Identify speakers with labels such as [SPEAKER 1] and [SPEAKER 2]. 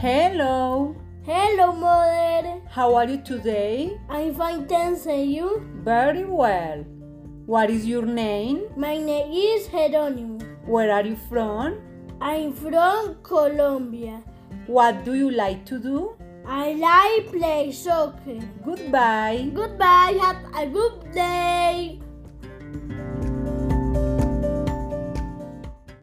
[SPEAKER 1] Hello,
[SPEAKER 2] Hello, mother.
[SPEAKER 1] how are you today?
[SPEAKER 2] I'm fine, thanks. And you?
[SPEAKER 1] Very well. What is your name?
[SPEAKER 2] My name is Jerónimo.
[SPEAKER 1] Where are you from?
[SPEAKER 2] I'm from Colombia.
[SPEAKER 1] What do you like to do?
[SPEAKER 2] I like play soccer.
[SPEAKER 1] Goodbye.
[SPEAKER 2] Goodbye. Have a good day.